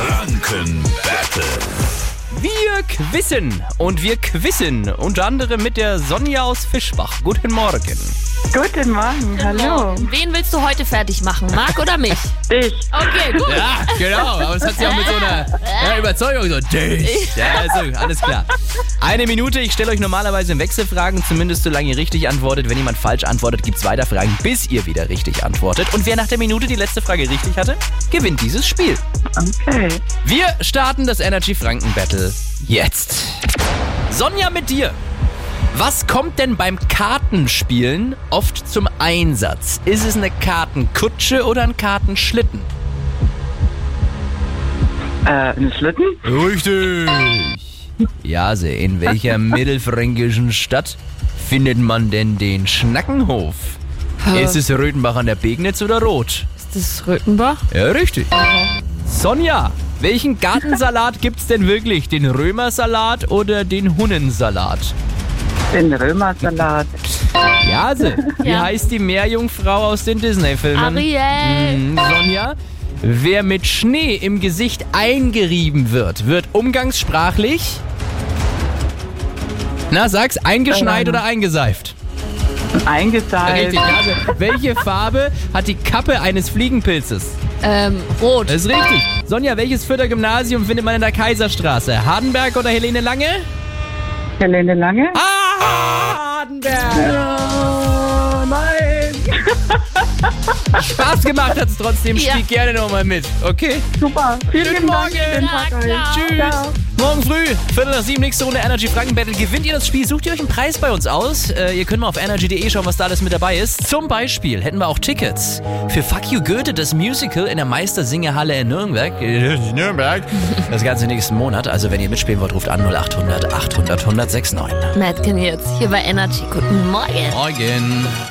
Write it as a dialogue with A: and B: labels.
A: Franken Battle.
B: Wir quissen und wir quissen unter anderem mit der Sonja aus Fischbach. Guten Morgen.
C: Guten Morgen, hallo.
D: Morgen. Wen willst du heute fertig machen? Marc oder mich?
C: Ich.
D: Okay, gut.
B: Ja, genau. Aber es hat sich auch mit so einer ja, Überzeugung so. Dich. Ja, also, alles klar. Eine Minute. Ich stelle euch normalerweise im Wechsel Fragen, zumindest solange ihr richtig antwortet. Wenn jemand falsch antwortet, gibt es weiter Fragen, bis ihr wieder richtig antwortet. Und wer nach der Minute die letzte Frage richtig hatte, gewinnt dieses Spiel.
C: Okay.
B: Wir starten das Energy Franken Battle jetzt. Sonja mit dir. Was kommt denn beim Kartenspielen oft zum Einsatz? Ist es eine Kartenkutsche oder ein Kartenschlitten?
C: Äh, ein Schlitten?
B: Richtig. Jase, in welcher mittelfränkischen Stadt findet man denn den Schnackenhof? Ist es Rödenbach an der Pegnitz oder Rot?
D: Ist das Röthenbach?
B: Ja, richtig. Sonja, welchen Gartensalat gibt's denn wirklich? Den Römersalat oder den Hunnensalat?
C: Den Römersalat.
B: Jase, also, wie
D: Ja.
B: heißt die Meerjungfrau aus den Disney-Filmen?
D: Ariel.
B: Mhm, Sonja, wer mit Schnee im Gesicht eingerieben wird, wird umgangssprachlich. Na, sag's, eingeschneit oder eingeseift?
C: Eingeteilt.
B: Richtig, Jase. Welche Farbe hat die Kappe eines Fliegenpilzes?
D: Ähm, rot.
B: Das ist richtig. Sonja, welches Fördergymnasium findet man in der Kaiserstraße? Hardenberg oder Helene Lange?
C: Helene Lange?
B: Ah, Hardenberg! nein! Spaß gemacht hat es trotzdem.
D: Ja.
B: Spiel gerne nochmal mit, okay?
C: Super. Vielen
B: Guten
C: Dank.
B: Morgen.
C: Schönen Tag
D: Ja,
C: euch.
D: klar.
B: Tschüss.
C: Ciao.
B: Morgen früh, Viertel nach sieben, nächste Runde Energy Franken Battle. Gewinnt ihr das Spiel, sucht ihr euch einen Preis bei uns aus. Äh, ihr könnt mal auf energy.de schauen, was da alles mit dabei ist. Zum Beispiel hätten wir auch Tickets für Fuck You Goethe, das Musical in der Meistersingerhalle in Nürnberg. In Nürnberg. Das ganze nächsten Monat. Also wenn ihr mitspielen wollt, ruft an 0800 800 1069.
D: Matt jetzt hier bei Energy. Guten Morgen.
B: Morgen.